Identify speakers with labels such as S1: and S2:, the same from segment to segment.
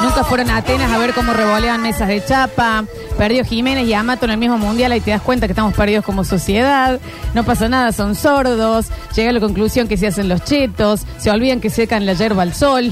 S1: Nunca fueron a Atenas a ver cómo revoleaban mesas de chapa. Perdió Jiménez y Amato en el mismo mundial. Ahí te das cuenta que estamos perdidos como sociedad. No pasa nada, son sordos. Llega a la conclusión que se hacen los chetos. Se olvidan que secan la yerba al sol.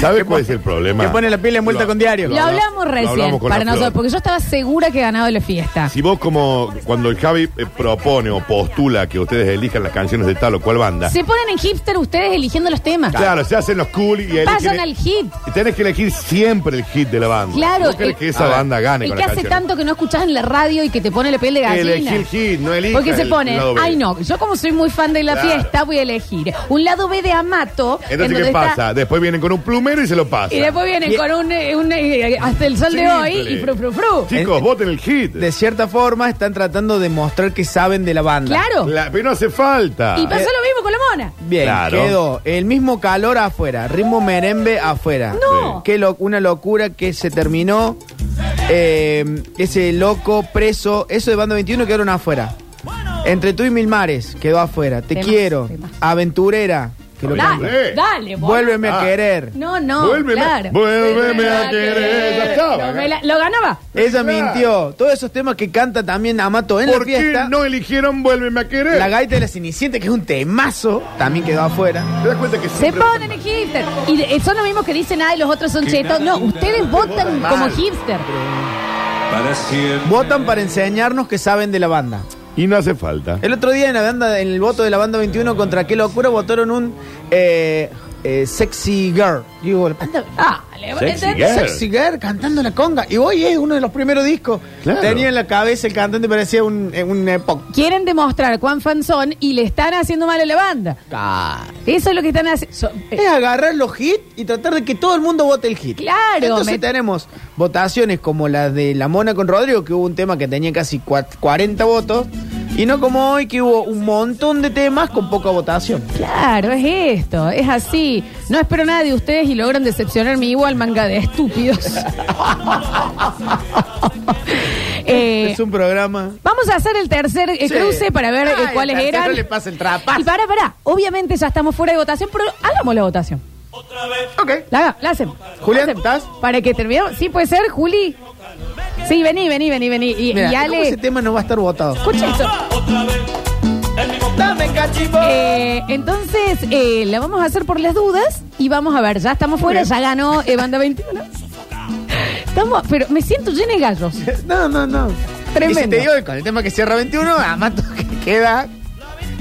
S2: ¿Sabe cuál es el problema?
S3: Que pone la piel envuelta
S2: Lo-
S3: con diario.
S1: Lo,
S2: habla-
S1: hablamos
S2: lo
S1: recién
S2: hablamos con la
S1: para nosotros,
S2: flor.
S1: porque yo estaba segura que ganado la fiesta.
S2: Si vos como cuando el Javi eh, propone o postula que ustedes elijan las canciones de tal o cual banda,
S1: Se ponen en hipster ustedes eligiendo los temas.
S2: claro, se hacen los cool y eligen-
S1: Pasan al hit.
S2: y tenés que elegir siempre el hit de la banda.
S1: Claro. eh,
S2: No querés
S1: el-
S2: que esa
S3: A ver.
S2: banda gane
S1: El
S2: con
S1: que
S2: la
S1: hace
S2: canción.
S1: tanto que no escuchás en la radio y que te pone la piel de
S2: Elegí
S1: gallina.
S2: el hit, no elija
S1: Porque se
S2: el
S1: pone,
S2: lado B.
S1: ay no, yo como soy muy fan de la
S2: Claro.
S1: fiesta, voy a elegir un lado B de Amato. en
S2: Entonces,
S1: donde
S2: ¿qué
S1: está-
S2: pasa? Después vienen con un plumero y se lo pasan.
S1: Y después vienen
S3: Y-
S1: con un, eh, un, eh, hasta el sol de hoy
S2: Simple.
S1: y fru, fru, fru.
S2: Chicos,
S3: En-
S2: voten el hit.
S3: De cierta forma están tratando de mostrar que saben de la banda.
S1: Claro.
S2: La- pero no hace falta.
S1: Y pasó lo mismo con la mona.
S3: Bien,
S2: Claro.
S3: quedó el mismo calor afuera, ritmo merengue afuera.
S1: No. Sí.
S3: Qué lo- una locura que se terminó. eh, ese loco preso, eso de Banda 21 quedaron afuera. Entre tú y Mil Mares quedó afuera. Te
S1: Temas,
S3: quiero.
S1: temas.
S3: Aventurera. Que lo canta.
S1: Dale,
S2: Eh.
S1: dale, boludo.
S3: Vuélveme a
S2: Ah.
S3: querer.
S1: No, no,
S2: Vuélveme-
S1: claro.
S2: vuélveme a querer. Ya estaba. ¿eh?
S1: Lo, me la- lo ganaba.
S3: Ella
S2: Claro.
S3: mintió. Todos esos temas que canta también Amato en la
S2: ¿Por qué
S3: fiesta.
S2: no eligieron Vuélveme a querer?
S3: La gaita de la Cenicienta, que es un temazo, también quedó afuera.
S2: ¿Te das cuenta que
S1: Se
S2: siempre-
S1: ponen en hipster. Y de- eh, son los mismos que dicen, ay, los otros son chetos. No, ustedes votan
S2: mal.
S1: como hipster.
S4: Para siempre.
S3: Votan para enseñarnos que saben de la banda.
S2: Y no hace falta.
S3: El otro día en la banda, en el voto de la banda 21 contra qué locura votaron un eh, eh, sexy girl. Digo, la
S1: Eh.
S3: banda
S1: Dale,
S2: Sexy
S1: ¿entendés?
S2: girl.
S3: sexy ¿eh? girl cantando la conga. Y hoy es uno de los primeros discos.
S2: Claro.
S3: Tenía en la cabeza el cantante parecía un, eh, un eh, pop.
S1: Quieren demostrar cuán fan son y le están haciendo mal a la banda. Eso es lo que están eh, haciendo.
S3: Es agarrar los hits y tratar de que todo el mundo vote el hit.
S1: Claro,
S3: Entonces
S1: me-
S3: tenemos votaciones como la de La Mona con Rodrigo, que hubo un tema que tenía casi cua- 40 votos, y no como hoy que hubo un montón de temas con poca votación.
S1: Claro, es esto, es así. No espero nada de ustedes y logran decepcionarme igual, manga de estúpidos. Eh,
S3: Es un programa.
S1: vamos a hacer el tercer eh,
S3: Sí.
S1: cruce para ver eh,
S3: Ay,
S1: cuáles
S3: al tercero
S1: eran.
S3: le pasa el trapazo.
S1: Y para, para, obviamente ya estamos fuera de votación, pero hagamos la votación.
S3: Ok.
S1: La, haga- la hacemos.
S3: Julián,
S1: La hacemos.
S3: ¿estás?
S1: Para que terminemos. Sí, puede ser, Juli. Sí, vení, vení, vení, vení. Y,
S3: Mira,
S1: y
S3: ¿cómo ese
S1: Ale,
S3: tema no va a estar votado?
S1: escucha esto.
S3: Dame cachimbo.
S1: Eh, entonces, eh, la vamos a hacer por las dudas y vamos a ver, ya estamos fuera, ya ganó eh, Banda 21. Estamos, pero me siento llena de gallos.
S3: No, no, no.
S1: Tremendo.
S3: Y si te digo que con el tema que cierra 21, Amato que queda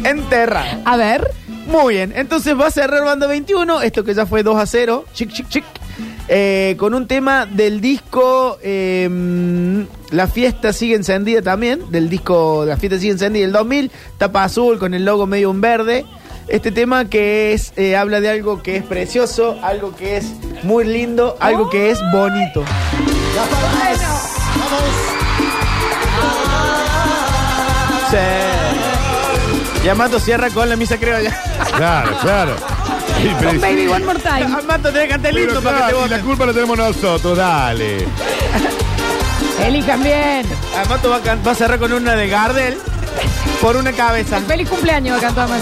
S3: enterrado.
S1: A ver,
S3: Muy bien, entonces va a cerrar banda 21, esto que ya fue 2 a 0, chic, chic, chic, eh, con un tema del disco eh, La fiesta sigue encendida también, del disco La fiesta sigue encendida del 2000, tapa azul con el logo medio un verde. Este tema que es eh, habla de algo que es precioso, algo que es muy lindo, algo que es bonito. Sí. Y Amato cierra con la misa criolla.
S2: Claro, claro. Sí, pero-
S1: con Baby One More Time.
S3: Amato, tenés que cantar
S2: pero
S3: lindo para que
S2: claro,
S3: te
S2: si la
S3: voten.
S2: culpa la tenemos nosotros, dale.
S1: Elijan bien.
S3: Amato va a, can- va a cerrar con una de Gardel por una cabeza.
S1: Feliz cumpleaños, cantamos.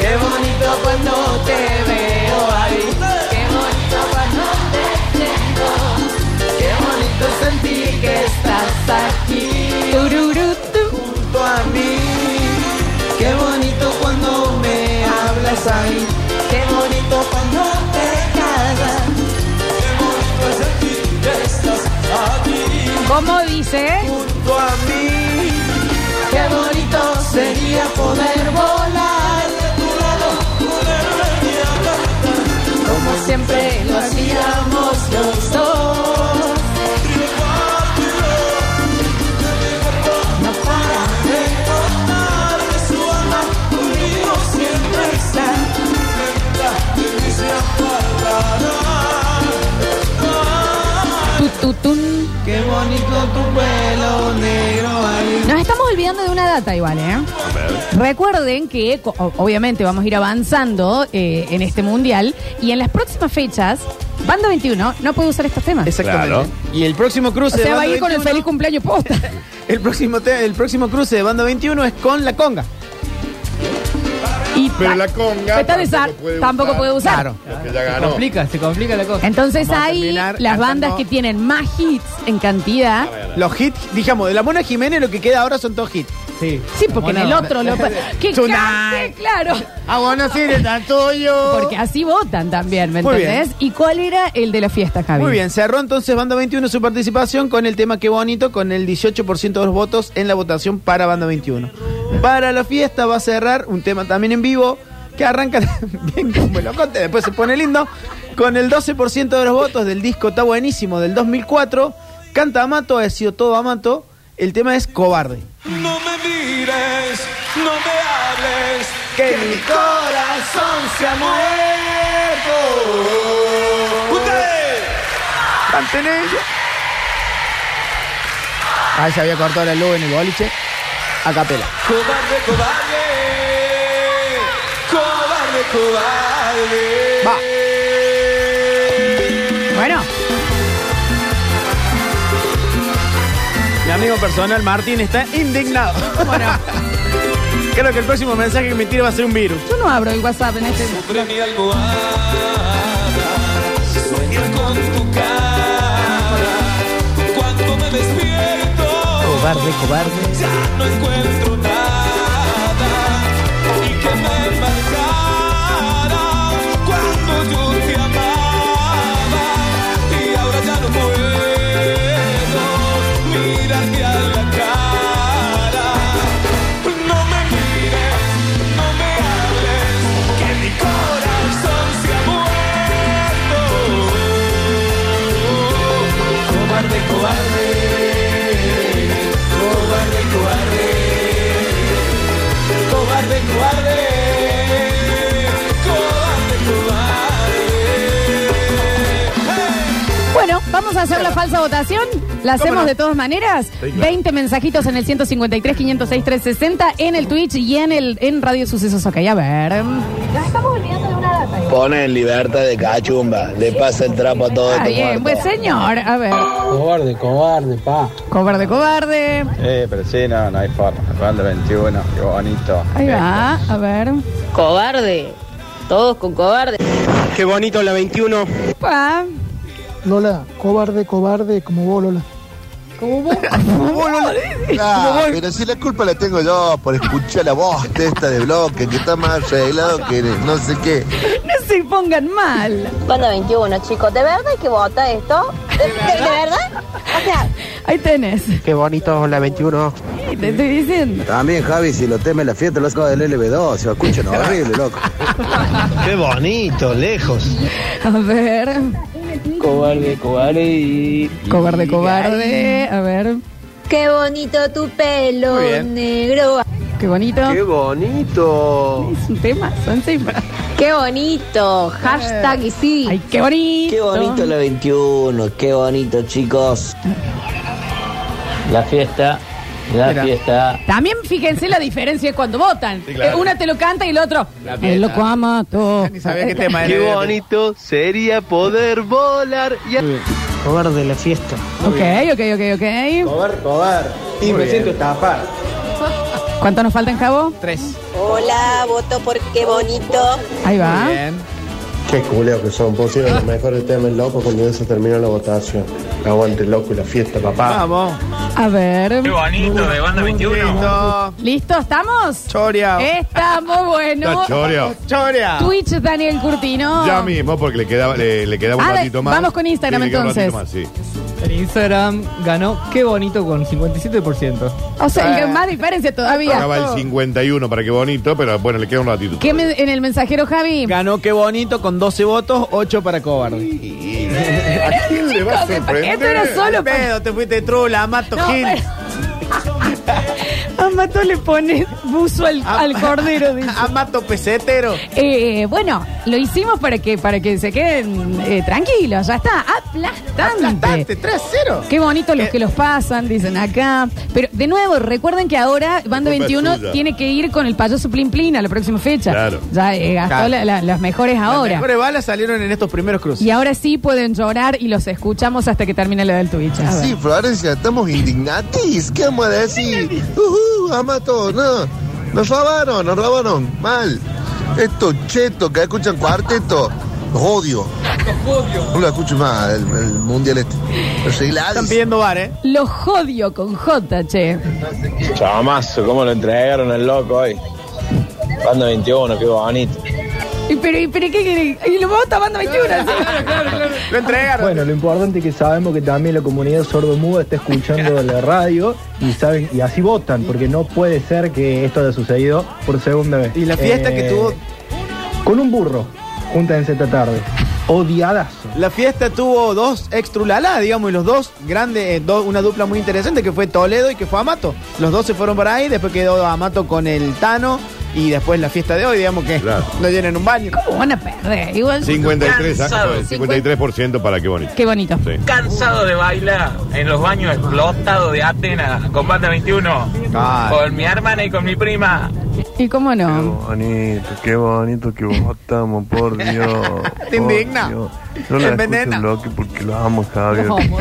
S3: Qué bonito cuando te veo ahí. Qué bonito cuando te tengo. Qué bonito sentir que estás aquí
S1: Tururú, tu.
S3: junto a mí. Qué bonito cuando me hablas ahí. Qué bonito cuando te callas.
S1: ¿Cómo dice?
S3: junto a mí. Qué bonito sería poder volar.
S1: Como siempre lo hacíamos los dos. Tututun.
S3: Qué bonito tu pelo negro ahí.
S1: Nos estamos olvidando de una data igual, ¿eh? Recuerden que co- o- obviamente vamos a ir avanzando eh, en este mundial y en las próximas fechas, Banda 21 no puede usar estos temas.
S3: Exactamente. Y el próximo
S1: o
S3: cruce. de
S1: sea, va a
S3: Banda
S1: ir con el
S3: 21,
S1: feliz cumpleaños posta.
S3: el próximo te- el próximo cruce de banda 21 es con la conga.
S1: Y
S2: Pero
S1: pa-
S2: la conga
S1: Está de
S2: tampoco
S1: zar-
S2: puede
S1: tampoco
S2: usar.
S1: puede usar.
S3: Claro.
S2: Lo que ya
S5: Se
S2: ganó.
S5: complica, se complica la cosa.
S1: Entonces
S3: Vamos a
S1: ahí
S3: terminar
S1: las
S3: cantando-
S1: bandas que tienen más hits en cantidad.
S3: Los hits, digamos, de la Mona Jiménez lo que queda ahora son todos hits.
S5: Sí,
S1: Sí, porque en el otro lo que
S3: Tonight.
S1: cante, claro.
S3: Ah, bueno, sí, el tuyo.
S1: Porque así votan también, ¿me
S3: Muy bien.
S1: entendés? ¿Y cuál era el de la fiesta, Javi?
S3: Muy bien, cerró entonces Banda 21 su participación con el tema Qué Bonito, con el 18% de los votos en la votación para Banda 21. Para la fiesta va a cerrar un tema también en vivo, que arranca bien como lo conté, después se pone lindo, con el 12% de los votos del disco Está Buenísimo del 2004, canta Amato, ha sido todo Amato, el tema es Cobarde.
S4: No me mires, no me hables,
S3: Que mi corazón se ha muerto.
S4: ¡Usted!
S3: Canten ellos. Ahí se Ah, había cortado la luz en el boliche. A capela.
S4: ¡Cobarde, cobarde! ¡Cobarde, cobarde!
S3: Va.
S1: Bueno,
S3: Mi amigo personal Martín está indignado. Creo que el próximo mensaje que me tire va a ser un virus.
S1: yo no abro el WhatsApp en este.
S4: Sobre mi almohada, sueña con tu cara. Cuando me despierto,
S5: cobarde, cobarde.
S4: ya no encuentro nada. Y que me marcara cuando yo te amaba. Y ahora ya no puedo mirarte a la cara. No me mires, no me hables, que mi corazón se ha muerto. Cobarde, cobarde. Cobarde, cobarde. Cobarde, cobarde. Cobarde, cobarde.
S1: Bueno, vamos a hacer la falsa votación. La hacemos de todas maneras. 20 mensajitos en el 153 506 360 en el Twitch y en el en Radio Sucesos. Ok, a ver.
S6: Pone en libertad de cachumba, le pasa el trapo a todo
S1: Está
S6: este
S1: bien, pues
S6: muerto.
S1: señor, a ver.
S5: Cobarde, cobarde, pa.
S1: Cobarde, cobarde.
S7: Eh, pero sí, no, no hay forma. Ronda 21, qué bonito.
S1: Ahí va, a ver.
S8: Cobarde. Todos con cobarde.
S9: Qué bonito la 21.
S1: Pa.
S10: Lola, cobarde, cobarde, como vos, Lola. Ah,
S6: Claro, pero si la culpa la tengo yo por escuchar la voz de esta de bloque que está más arreglado que no sé qué.
S1: No se pongan mal.
S8: Banda 21, chicos. ¿De verdad que vota esto? ¿De, de- de verdad? O sea,
S1: Ahí tenés.
S9: Qué bonito la 21.
S1: Sí, Te estoy diciendo.
S6: También Javi, si lo teme la fiesta, lo saco del LB2, se lo escuchan horrible, loco.
S9: Qué bonito, lejos.
S1: A ver.
S5: Cobarde, cobarde.
S1: Cobarde, cobarde. A ver.
S8: qué bonito tu pelo
S3: Muy bien.
S8: negro.
S1: Qué bonito.
S9: bonito.
S1: Es un tema, son temas.
S8: Qué bonito. Hashtag y sí.
S1: Ay, qué bonito.
S9: la 21, qué bonito, chicos.
S11: La fiesta, la
S3: Mira.
S11: fiesta.
S1: También fíjense la diferencia de cuando votan.
S2: Sí, claro.
S1: Eh, Una te lo canta y el otro. El loco amato.
S3: Ni sabía qué tema
S9: Qué
S3: era.
S9: bonito sería poder volar. Y... Cobarde la fiesta.
S1: Ok, ok, ok, ok.
S9: Cobar, cobar. Y me siento estafar.
S1: ¿Cuánto nos faltan, Javo?
S3: Tres.
S8: Hola, voto por qué bonito.
S1: Ahí va.
S3: Bien.
S6: Qué culeo que son, vos sido el mejor tema el loco cuando se terminó la votación. Aguante el loco y la fiesta, papá.
S3: Vamos.
S1: A ver.
S3: Listo.
S1: ¿Listo? ¿Estamos?
S3: Choria.
S1: Está muy bueno.
S2: Está choreo.
S3: Choria.
S1: Twitch Daniel Curtino.
S2: Ya mismo, porque le quedaba, le, le quedaba
S1: Ah,
S2: un
S1: de-
S2: ratito más.
S1: vamos con Instagram,
S2: Sí, le queda un ratito
S1: entonces.
S2: más, sí.
S5: En Instagram ganó Qué bonito con 57%.
S1: O sea,
S3: Eh.
S1: que más diferencia todavía.
S2: Acaba el 51 para que bonito, pero bueno, le queda un ratito.
S1: ¿Qué me- en el mensajero, Javi?
S3: Ganó qué bonito con 12 votos, 8 para cobarde.
S2: ¿A quién le va a sorprender?
S1: Esto Este era solo
S3: Al pedo, te fuiste trula, Amato
S1: No,
S3: Gil.
S1: pero- A Mato le pone buzo al,
S3: Am-
S1: al cordero. dice.
S3: Amato pesetero.
S1: Eh, bueno, lo hicimos para que, para que se queden eh, tranquilos. Ya está. Aplastante.
S3: Aplastante, 3-0.
S1: Qué bonito
S2: Eh.
S1: los que los pasan, dicen acá. Pero de nuevo, recuerden que ahora Banda
S2: culpa es
S1: 21
S2: suya.
S1: tiene que ir con el payaso Plin Plin a la próxima fecha.
S2: Claro.
S1: Ya eh, gastó
S3: Claro.
S1: la- la- las mejores
S3: Las
S1: ahora.
S3: mejores balas salieron en estos primeros cruces.
S1: Y ahora sí pueden llorar y los escuchamos hasta que termine la del Twitch. A ver.
S6: Sí, Florencia, estamos indignatis. ¿Qué vamos a decir? Ujú, Amato, no. Nos robaron, nos robaron. Mal. Estos chetos que escuchan cuarteto, los odio. Los odio. No lo escucho más, el, el mundial este. Están
S3: pidiendo bar, ¿eh?
S1: Lo jodio con J, che.
S7: Chamazo, ¿cómo lo entregaron al loco hoy? Banda 21, qué bonito.
S1: Y pero, y pero, ¿qué quiere? Y lo vamos tomando 21, ¿sí?
S3: Lo entregaron.
S12: Bueno, lo importante es que sabemos que también la comunidad sordomuda está escuchando la radio y saben y así votan, porque no puede ser que esto haya sucedido por segunda vez. Eh,
S3: Y la fiesta que tuvo-
S12: Con un burro, júntense esta tarde. Odiadazo.
S3: La fiesta tuvo dos extrulala, digamos, y los dos grandes, eh, dos- una dupla muy interesante que fue Toledo y que fue Amato. Los dos se fueron para ahí, después quedó Amato con el Tano y después la fiesta de hoy, digamos que no llenan un baño.
S1: ¿Cómo van a perder? Igual.
S2: 53,
S1: Cansado.
S2: ah, 53% para qué bonito.
S1: Qué bonito.
S2: Sí.
S13: Cansado de bailar en los baños explotados de Atenas con Banda 21.
S3: Ah,
S1: Claro.
S13: Con mi hermana y con mi prima.
S1: ¿Y cómo no?
S14: bonito, qué bonito que votamos, por Dios.
S1: Te indigna.
S14: No
S1: Te
S14: la
S1: envenena.
S14: escucho bloque porque lo amo, Javier.
S1: Lo amo.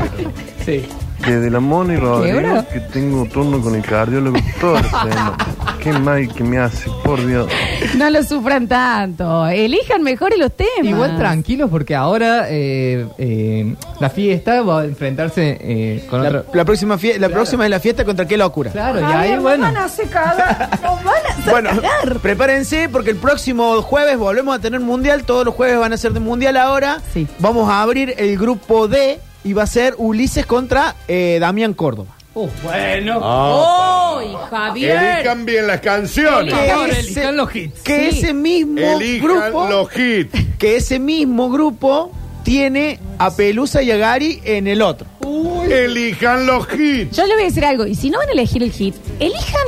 S14: sí. Desde la Moni Rodríguez,
S1: ¿Quiebra?
S14: que tengo turno con el cardiólogo toda la semana. Qué mal que me hace, por Dios.
S1: No lo sufran tanto. Elijan mejores los temas.
S5: Igual tranquilos porque ahora eh, eh, la fiesta va a enfrentarse eh, con
S3: La,
S5: otro...
S3: la próxima fie- la próxima es la fiesta contra qué locura.
S5: Claro, y ahí bueno...
S1: van a hacer cagar. Nos van a hacer
S3: Bueno,
S1: cagar.
S3: prepárense porque el próximo jueves volvemos a tener mundial. Todos los jueves van a ser de mundial ahora. Vamos a abrir el grupo D y va a ser Ulises contra eh, Damián Córdoba.
S5: bueno.
S1: ¡Uy,
S2: Elijan bien las canciones.
S3: Que ese- Que
S1: Sí.
S3: ese mismo
S2: Elijan
S3: grupo.
S2: los hits.
S3: Que ese mismo grupo tiene a Pelusa y a Gary en el otro.
S2: Elijan los hits.
S1: Yo le voy a decir algo, y si no van a elegir el hit, elijan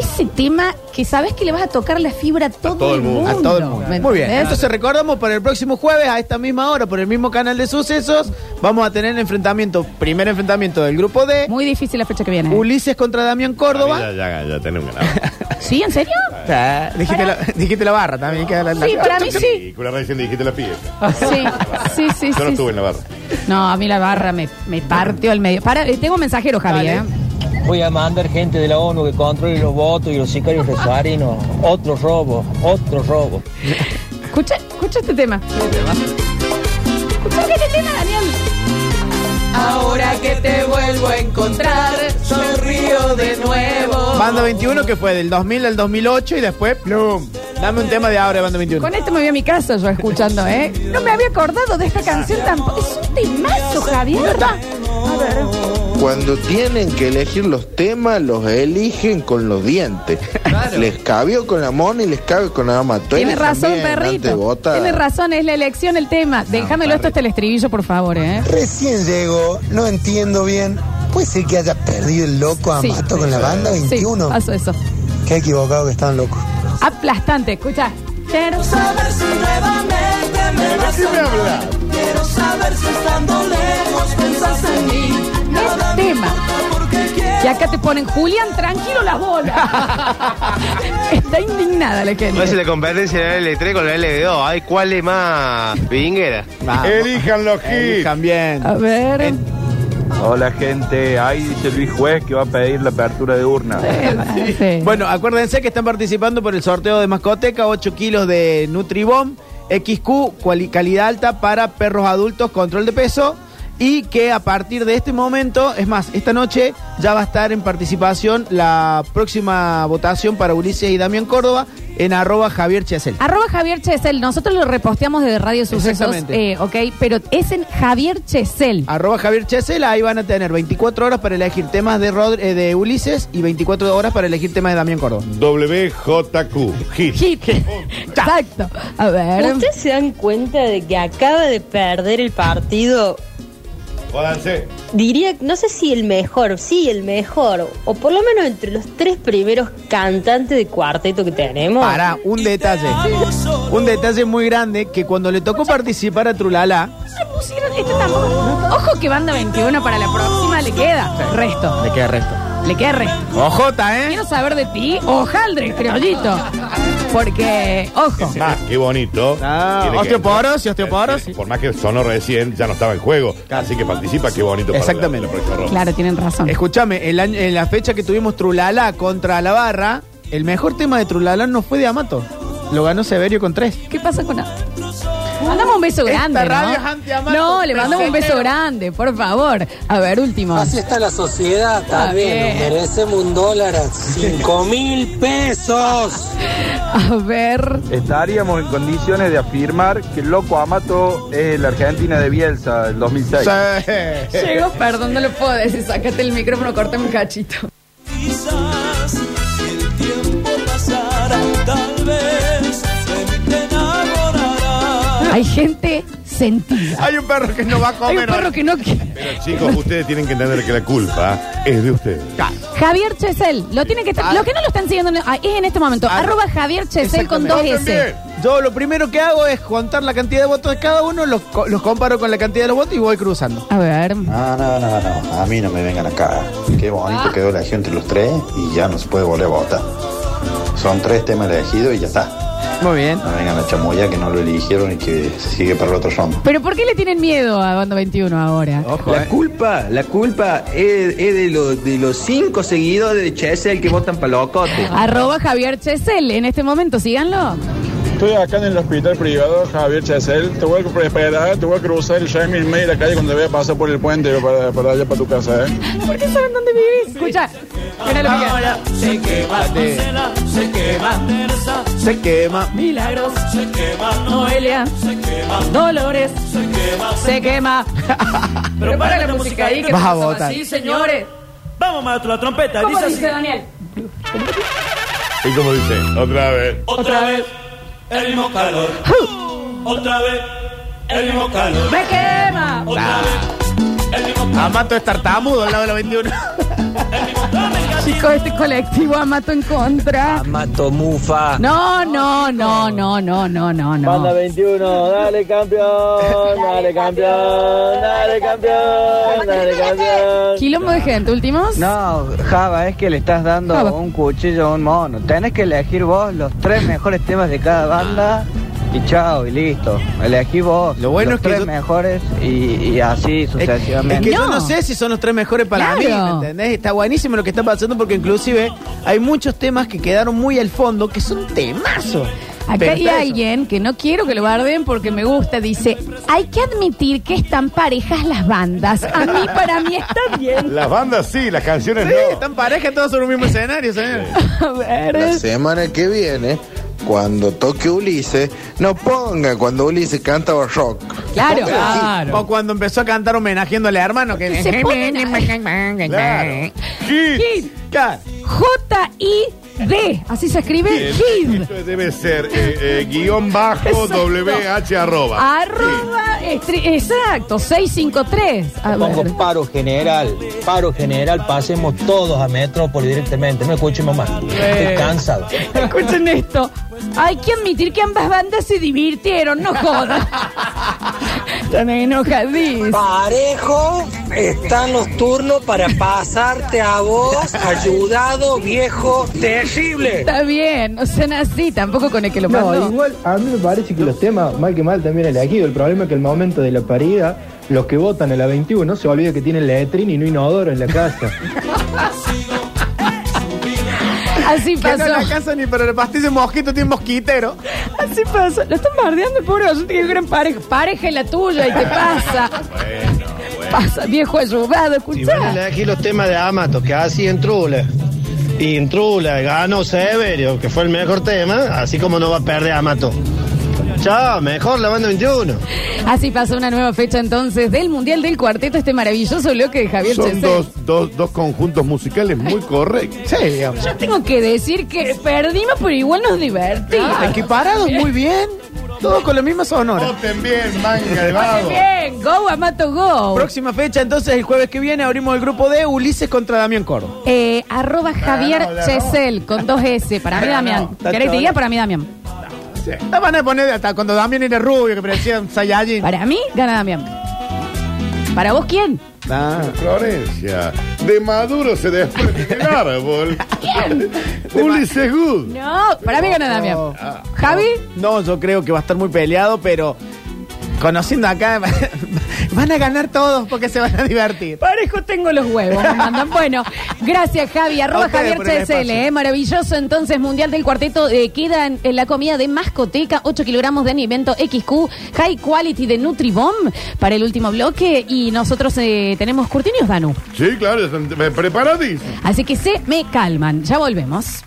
S1: ese tema que sabes que le vas a tocar la fibra a todo, el mundo.
S3: A todo el mundo.
S1: ¿Me
S3: Muy bien.
S1: entendés?
S3: Entonces recordamos para el próximo jueves, a esta misma hora, por el mismo canal de sucesos, vamos a tener enfrentamiento, primer enfrentamiento del grupo D.
S1: Muy difícil la fecha que viene.
S3: Ulises contra Damián Córdoba.
S2: Ya, ya, ya tenemos ganado.
S1: ¿Sí? ¿En serio?
S3: Ah, Dijiste la, dijiste la barra también. que la- la-
S1: Sí, para mí sí.
S2: Película, recién le dijiste la pieza.
S1: Sí, sí, sí.
S2: Yo no
S1: sí,
S2: estuve en la barra.
S1: No, a mí la barra me, me partió al medio. Para, eh, tengo un mensajero, Javi, ¿eh?
S11: Voy a mandar gente de la ONU que controle los votos y los sicarios rosarinos. Otro robo, otro robo.
S1: Escucha, escucha este tema. Escucha este tema, Daniel.
S4: Ahora que te vuelvo a encontrar, sonrío de nuevo.
S3: Banda 21 que fue del 2000 al 2008 y después, plum. Dame un tema de ahora, de Banda 21.
S1: Con esto me voy a mi casa yo escuchando, ¿eh? No me había acordado de esta canción tampoco. Es un temazo, Javier. A ver.
S15: Cuando tienen que elegir los temas, los eligen con los dientes. Les cabió con la mona y les cabe con la mato.
S1: Tiene razón, perrito. Tiene razón, es la elección el tema. Déjamelo esto hasta el estribillo, por favor, ¿eh?
S16: Recién llegó, no entiendo bien. Puede ser que haya perdido el loco a
S1: Sí.
S16: Mato con la banda
S1: Sí,
S16: 21.
S1: pasó eso.
S16: Qué equivocado que están locos.
S1: Aplastante, escucha. Quiero saber si nuevamente
S4: me vas a hablar. Quiero saber si estando lejos pensás en mí. Nada me
S1: tema. Y acá te ponen, Julián, tranquilo las bolas. Está indignada la gente.
S9: No es la competencia de la L3 con la L2. Ay, ¿cuál es más vinguera?
S3: Ah,
S2: Elijan los hits.
S3: También.
S1: A ver.
S7: Hola gente, ahí dice Luis Juez que va a pedir la apertura de urna.
S3: Bueno, acuérdense que están participando por el sorteo de mascoteca, 8 kilos de Nutribom, XQ, cuali- calidad alta para perros adultos, control de peso. Y que a partir de este momento, es más, esta noche ya va a estar en participación la próxima votación para Ulises y Damián Córdoba en arroba Javier Chesel.
S1: Arroba Javier Chesel, nosotros lo reposteamos desde Radio Sucesos,
S3: Exactamente. Ah,
S1: eh, ok, pero es en Javier Chesel.
S3: Arroba Javier Chesel, ahí van a tener 24 horas para elegir temas de, Rodri- eh, de Ulises y 24 horas para elegir temas de Damián Córdoba.
S2: WJQ. Hit.
S1: Exacto. A ver.
S17: ¿Ustedes se dan cuenta de que acaba de perder el partido?
S2: Jódanse.
S17: Diría, no sé si el mejor, sí, el mejor, o por lo menos entre los tres primeros cantantes de cuarteto que tenemos.
S3: Para un detalle, un detalle muy grande que cuando le tocó participar a Trulala,
S1: Le pusieron este tambor. Ojo que banda 21 para la próxima le queda. Resto.
S3: le queda resto.
S1: Le queda resto.
S3: Ojota, ¿eh?
S1: Quiero saber de ti, hojaldre, criollito. Porque, ojo.
S2: Ah, qué bonito. Tiene que-
S3: Ah, osteoporos y osteoporos.
S2: Por más que sonó recién, ya no estaba en juego. Así que participa, qué bonito. para la-
S3: Exactamente.
S2: la próxima ronda.
S1: Claro, tienen razón.
S3: Escúchame, el año- en la fecha que tuvimos Trulala contra la barra, el mejor tema de Trulala no fue de Amato. Lo ganó Severio con tres.
S1: ¿Qué pasa con Anto? Mandamos un beso
S3: Esta
S1: grande.
S3: radio es
S1: ¿no?
S3: anti-amar
S1: no,
S3: con
S1: le mandamos un beso
S3: presentero.
S1: grande, por favor. A ver, último.
S18: Así está la sociedad,
S1: Está
S18: también.
S1: bien.
S18: Merecemos un dólar a cinco mil pesos.
S1: A ver.
S19: Estaríamos en condiciones de afirmar que el loco Amato es la Argentina de Bielsa del 2006.
S1: Llegó, perdón, no lo puedo decir. Sácate el micrófono, corta un cachito.
S4: Quizás si el tiempo pasara, tal vez de mí te enamorarás.
S1: Hay gente sentida.
S3: Hay un perro que no va a
S1: Hay un perro que no quiere.
S2: Pero chicos, ustedes tienen que entender que la culpa es de ustedes.
S1: Javier Chesel, lo tiene que estar. Los que no lo están siguiendo ah, es en este momento. Arroba Javier Chesel con dos
S3: Voten bien.
S1: S.
S3: Yo lo primero que hago es contar la cantidad de votos de cada uno, los, co- los comparo con la cantidad de los votos y voy cruzando.
S1: A ver.
S20: No, no, no, no, a mí no me vengan acá. Qué bonito quedó la entre los tres y ya no se puede volver a votar. Son tres temas elegidos y ya está.
S3: Muy bien.
S20: No vengan a chamoya que no lo eligieron y que se sigue para el otro round.
S1: Pero ¿por qué le tienen miedo a Banda 21 ahora?
S21: La
S3: eh.
S21: culpa, la culpa es, es de, los, de los cinco seguidores de Chesel que votan para locote.
S1: Arroba Javier Chesel, en este momento, síganlo.
S22: Estoy acá en el hospital privado, Javier Chesel. Te voy a esperar, te voy a cruzar el Jaime y medio de la calle cuando vea pasar por el puente para, para allá para tu casa, ¿eh?
S1: ¿Por qué saben dónde vivís? Escucha.
S4: Ahora se quema Marcela, se quema Teresa,
S3: Se quema.
S1: Milagros,
S4: se quema
S1: Noelia,
S4: Noelia, se quema
S1: Dolores,
S4: se quema.
S1: se quema. Pero para la música ahí que
S4: Vas a
S1: empezaba
S4: votar.
S1: así, señores.
S4: Vamos, maestro, la trompeta,
S1: ¿Cómo
S4: dice así.
S1: dice Daniel?
S2: Y como dice, otra vez.
S1: Oh.
S4: Otra vez, el mismo calor. Otra vez, el mismo calor.
S1: ¡Me quema!
S4: Otra vez,
S3: Amato es tartamudo al lado de la 21.
S1: Chicos, este colectivo Amato en contra.
S11: Amato Mufa.
S1: No, no, no, no, no, no, no,
S11: Banda
S1: no.
S11: 21, dale campeón, dale campeón, dale campeón, dale campeón.
S1: Quilombo de gente, últimos.
S9: No, Java, es que le estás dando
S1: Java.
S9: un cuchillo a un mono. Tenés que elegir vos los tres mejores temas de
S11: Ah.
S9: cada banda y chao, y listo. Elegí vos
S3: Lo bueno
S9: los
S3: es que
S9: tres
S3: yo-
S9: mejores y, y así sucesivamente.
S3: Eh, Es que yo no sé si son los tres mejores para
S9: Claro.
S3: mí, ¿me entendés? Está buenísimo lo que está pasando porque inclusive hay muchos temas que quedaron muy al fondo que son temazos.
S1: Acá
S3: Pero
S1: hay
S3: está eso.
S1: alguien que no quiero que lo barden porque me gusta, dice, hay que admitir que están parejas las bandas. A mí, para mí, está bien.
S2: Las bandas sí, las canciones
S3: Sí,
S2: no.
S3: están parejas todos sobre un mismo escenario, señor.
S1: A ver.
S20: La semana que viene, cuando toque Ulises, no ponga cuando Ulises cantaba rock.
S1: Claro.
S3: O cuando empezó a cantar homenajeándole a hermano que
S1: Se ponen-
S3: Claro.
S1: Kid. J-I-D. Así se escribe Kid.
S2: Esto debe ser eh, eh, guión bajo
S1: Exacto.
S2: WH arroba.
S1: Arroba. estri- Exacto, 653. A
S11: Pongo
S1: ver.
S11: paro general, paro general, pasemos todos a Metrópoli directamente, no escuchemos más,
S23: Eh,
S11: estoy cansado.
S1: Escuchen esto. Hay que admitir que ambas bandas se divirtieron, no jodan. Están enojadís.
S18: Parejo están los turnos para pasarte a vos, ayudado, viejo, terrible.
S1: Está bien, no sean así, tampoco con el que lo
S12: No,
S1: mandó.
S12: igual a mí me parece que los temas, mal que mal, también elegidos. El problema es que el momento de la paridad, los que votan a la 21 se olvida que tienen letrín y no inodoro en la casa.
S1: Así
S3: Que no
S1: pasó.
S3: le alcanza ni para el pastel de mosquito, tiene mosquitero.
S1: Así pasa. Lo están bardeando, pobre. Yo te gran pareja. Pareja es la tuya y te pasa. Pasa, viejo ayudado,
S23: Si van a
S1: escuchá.
S23: elegir los temas de Amato, que así en Trula, y en Trula ganó Severio, que fue el mejor tema, así como no va a perder Amato. Chao, mejor la banda 21.
S1: Así pasó una nueva fecha entonces del Mundial del Cuarteto, este maravilloso bloque de Javier
S2: Son
S1: Chesel.
S2: dos, dos, dos conjuntos musicales muy correctos.
S3: Sí, digamos.
S1: Yo tengo que decir que perdimos, pero igual nos divertimos.
S3: Ah,
S2: Ah,
S3: Equiparados muy bien. Todos con la misma sonora.
S2: Voten bien, manga de
S1: Muy
S2: vago.
S1: bien, go Amato Go.
S3: Próxima fecha, entonces el jueves que viene abrimos el grupo de Ulises contra Damián Coro.
S1: Eh, arroba Javier
S3: no, ya no.
S1: Chesel con dos S. Para mí,
S3: Ya no,
S1: Damián.
S3: está
S1: ¿Querés que te
S3: chola.
S1: diga? Para mí, Damián.
S3: La van a poner hasta cuando Damián era rubio, que parecía un Saiyajin.
S1: Para mí, gana Damián. ¿Para vos quién?
S3: Ah.
S2: Florencia, de Maduro se desprende el árbol.
S1: ¿Quién?
S2: Ulises Good. Ah.
S1: No, para mí gana Damián. Javi,
S3: No, yo creo que va a estar muy peleado, pero Conociendo acá, van a ganar todos porque se van a divertir.
S1: Parejo tengo los huevos, me mandan. Bueno, gracias Javi,
S3: A
S1: arroba
S3: ustedes
S1: Javier
S3: por el
S1: CSL,
S3: espacio.
S1: eh, maravilloso. Entonces, Mundial del Cuarteto eh, queda en, en la comida de mascoteca, 8 kilogramos de alimento XQ, High Quality de Nutribomb para el último bloque y nosotros eh, tenemos curtinios, Danu.
S2: Sí, claro, están- eh, preparadís.
S1: Así que se me calman, ya volvemos.